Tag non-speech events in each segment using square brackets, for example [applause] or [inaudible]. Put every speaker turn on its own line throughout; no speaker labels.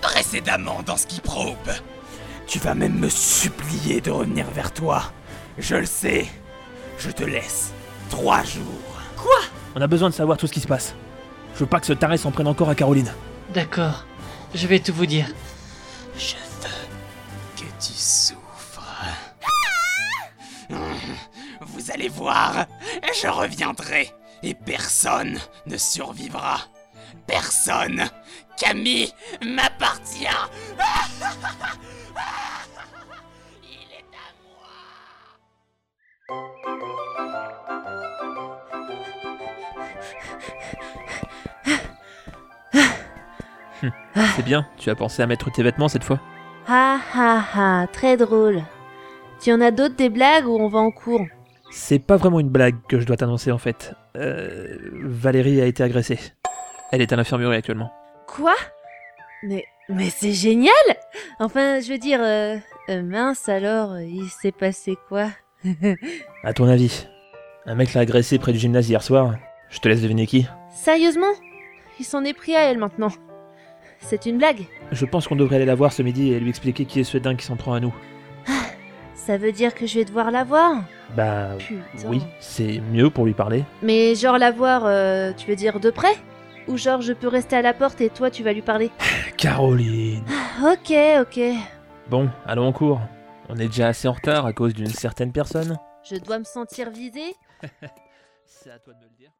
précédemment dans ce qui probe. Tu vas même me supplier de revenir vers toi. Je le sais. Je te laisse trois jours.
On a besoin de savoir tout ce qui se passe. Je veux pas que ce taré s'en prenne encore à Caroline.
D'accord, je vais tout vous dire.
Je veux que tu souffres. Ah Vous allez voir, je reviendrai et personne ne survivra. Personne. Camille m'appartient. Il est à moi.
C'est bien, tu as pensé à mettre tes vêtements cette fois.
Ah ah ah, très drôle. Tu en as d'autres des blagues ou on va en cours
C'est pas vraiment une blague que je dois t'annoncer en fait. Euh, Valérie a été agressée. Elle est à l'infirmerie actuellement.
Quoi Mais mais c'est génial Enfin, je veux dire, euh, euh, mince alors, euh, il s'est passé quoi
À ton avis, un mec l'a agressée près du gymnase hier soir. Je te laisse deviner qui.
Sérieusement Il s'en est pris à elle maintenant. C'est une blague.
Je pense qu'on devrait aller la voir ce midi et lui expliquer qui est ce dingue qui s'en prend à nous.
Ça veut dire que je vais devoir la voir
Bah
Putain.
oui, c'est mieux pour lui parler.
Mais genre la voir, euh, tu veux dire de près Ou genre je peux rester à la porte et toi tu vas lui parler Ah,
Caroline
Ok, ok.
Bon, allons en cours. On est déjà assez en retard à cause d'une certaine personne.
Je dois me sentir visée
C'est à toi de me le dire.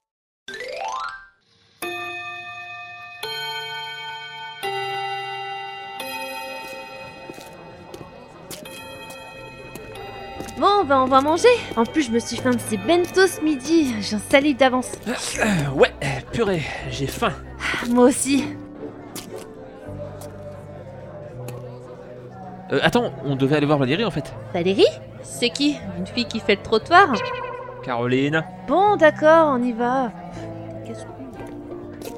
Bon, bah on va manger. En plus, je me suis fait un petit bento ce midi. J'en salive d'avance.
Euh,
Ah,
ouais, purée, j'ai faim.
Moi aussi.
Euh, attends, on devait aller voir Valérie en fait.
Valérie C'est qui Une fille qui fait le trottoir
Caroline
Bon, d'accord, on y va. Qu'est-ce que-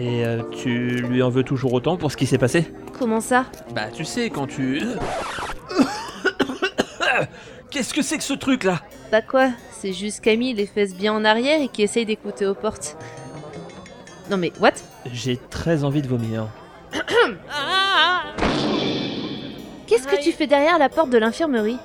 Et euh, tu lui en veux toujours autant pour ce qui s'est passé
Comment ça
Bah tu sais, quand tu... [coughs] Qu'est-ce que c'est que ce truc là
Bah quoi C'est juste Camille, les fesses bien en arrière et qui essaye d'écouter aux portes. Non mais, what
J'ai très envie de vomir.
Ah,
Qu'est-ce que tu fais derrière la porte de l'infirmerie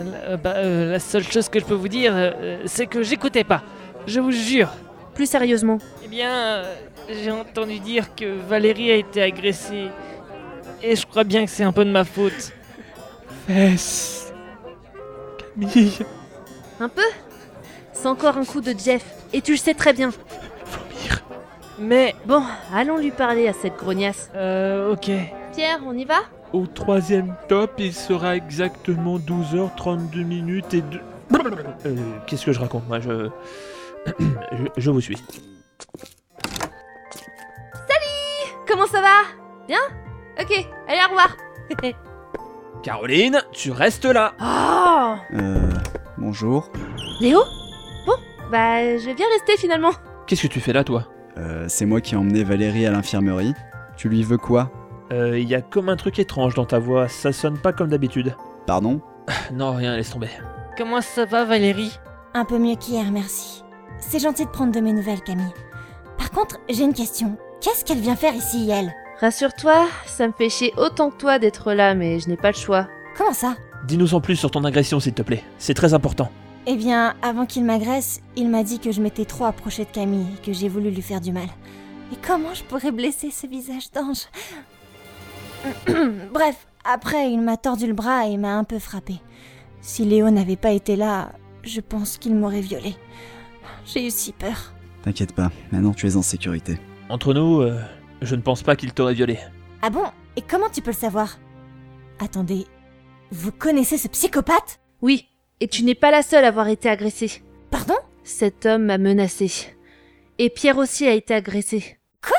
Euh, bah, euh, la seule chose que je peux vous dire, euh, euh, c'est que j'écoutais pas. Je vous jure.
Plus sérieusement.
Eh bien, euh, j'ai entendu dire que Valérie a été agressée. Et je crois bien que c'est un peu de ma faute.
Fesses. Camille,
Un peu C'est encore un coup de Jeff. Et tu le sais très bien.
vomir.
Mais,
Bon, allons lui parler à cette grognasse.
euh, ok.
Pierre, on y va
Au troisième top, il sera exactement 12h32 minutes et... deux- [coughs] Euh, Qu'est-ce que je raconte moi je... [coughs] je... je vous suis.
Comment ça va Bien Ok, allez, au revoir.
Caroline, tu restes là
Oh
Euh. Bonjour.
Léo Bon, bah je viens rester finalement.
Qu'est-ce que tu fais là toi
Euh, c'est moi qui ai emmené Valérie à l'infirmerie. Tu lui veux quoi
Euh, y a comme un truc étrange dans ta voix, ça sonne pas comme d'habitude.
Pardon
Non, rien, laisse tomber.
Comment ça va, Valérie
Un peu mieux qu'hier, merci. C'est gentil de prendre de mes nouvelles, Camille. Par contre, j'ai une question. Qu'est-ce qu'elle vient faire ici, elle
Rassure-toi, ça me fait chier autant que toi d'être là, mais je n'ai pas le choix.
Comment ça
Dis-nous en plus sur ton agression, s'il te plaît. C'est très important.
Eh bien, avant qu'il m'agresse, il m'a dit que je m'étais trop approchée de Camille et que j'ai voulu lui faire du mal. Et comment je pourrais blesser ce visage [coughs] d'ange Bref, après, il m'a tordu le bras et m'a un peu frappée. Si Léo n'avait pas été là, je pense qu'il m'aurait violée. J'ai eu si peur.
T'inquiète pas, maintenant tu es en sécurité.
Entre nous, euh, je ne pense pas qu'il t'aurait violé.
Ah bon Et comment tu peux le savoir Attendez, vous connaissez ce psychopathe
Oui, et tu n'es pas la seule à avoir été agressée.
Pardon
Cet homme m'a menacée. Et Pierre aussi a été agressé.
Quoi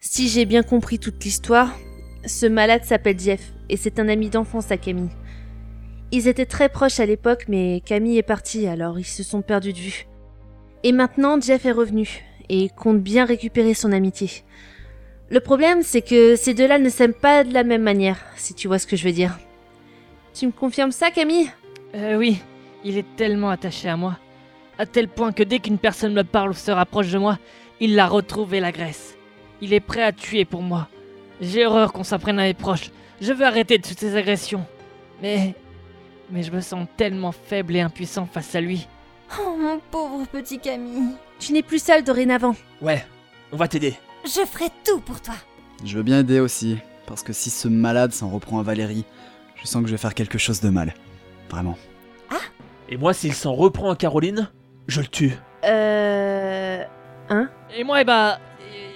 Si j'ai bien compris toute l'histoire, ce malade s'appelle Jeff, et c'est un ami d'enfance à Camille. Ils étaient très proches à l'époque, mais Camille est partie, alors ils se sont perdus de vue. Et maintenant, Jeff est revenu, et il compte bien récupérer son amitié. Le problème, c'est que ces deux-là ne s'aiment pas de la même manière, si tu vois ce que je veux dire. Tu me confirmes ça, Camille
Euh, oui, il est tellement attaché à moi. À tel point que dès qu'une personne me parle ou se rapproche de moi, il la retrouve et l'agresse. Il est prêt à tuer pour moi. J'ai horreur qu'on s'en prenne à mes proches. Je veux arrêter toutes ces agressions. Mais. Mais je me sens tellement faible et impuissant face à lui.
Oh, mon pauvre petit Camille.
Tu n'es plus seule dorénavant.
Ouais, on va t'aider.
Je ferai tout pour toi.
Je veux bien aider aussi, parce que si ce malade s'en reprend à Valérie, je sens que je vais faire quelque chose de mal. Vraiment.
Et moi, s'il s'en reprend à Caroline, je le tue.
Euh.
Et moi, eh bah.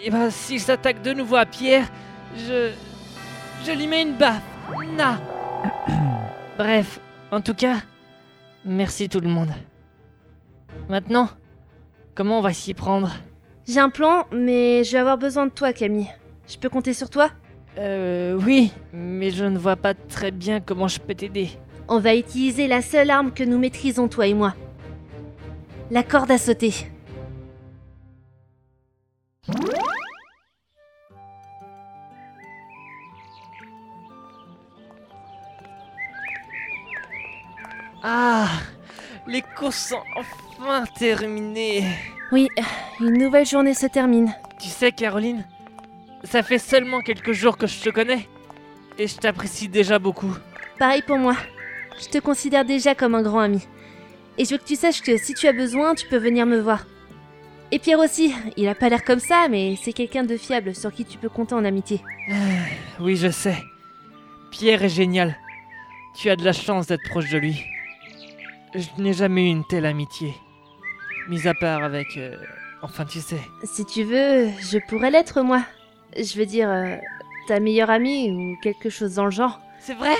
Eh bah, s'il s'attaque de nouveau à Pierre, je. Je lui mets une baffe. Na [coughs] Bref, en tout cas, merci tout le monde. Maintenant, comment on va s'y prendre
J'ai un plan, mais je vais avoir besoin de toi, Camille. Je peux compter sur toi
Euh, oui, mais je ne vois pas très bien comment je peux t'aider.
On va utiliser la seule arme que nous maîtrisons, toi et moi. La corde à sauter.
Ah Les courses sont enfin terminées
Oui, une nouvelle journée se termine.
Tu sais, Caroline, ça fait seulement quelques jours que je te connais, et je t'apprécie déjà beaucoup.
Pareil pour moi. Je te considère déjà comme un grand ami. Et je veux que tu saches que si tu as besoin, tu peux venir me voir. Et Pierre aussi, il a pas l'air comme ça, mais c'est quelqu'un de fiable sur qui tu peux compter en amitié.
Oui, je sais. Pierre est génial. Tu as de la chance d'être proche de lui. Je n'ai jamais eu une telle amitié. Mis à part avec... euh, enfin, tu sais.
Si tu veux, je pourrais l'être moi. Je veux dire, euh, ta meilleure amie ou quelque chose dans le genre.
C'est vrai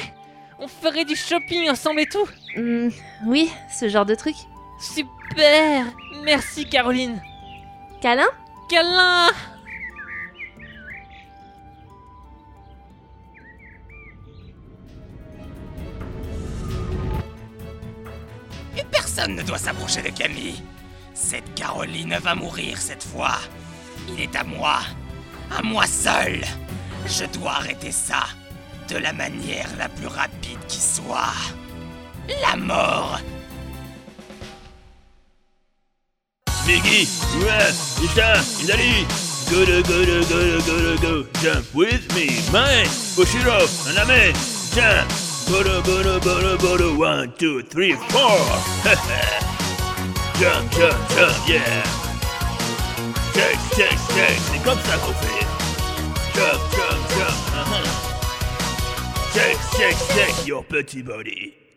On ferait du shopping ensemble et tout
Hmm, oui, ce genre de truc.
Super Merci, Caroline
Câlin
Câlin
Et personne ne doit s'approcher de Camille. Cette Caroline va mourir cette fois. Il est à moi. À moi seul. Je dois arrêter ça. De la manière la plus rapide qui soit. La mort.
Biggie, Red, Ita, Italy. Go, go, go, go, go, go, go. Jump with me, mine. Bushiro, Aname. Jump. Go, go, go, go, go, go. One, two, three, four. jump, jump, jump, yeah. Check, check, check. C'est comme ça qu'on fait. Jump, jump, jump. Uh-huh. Check, check, check your petit body.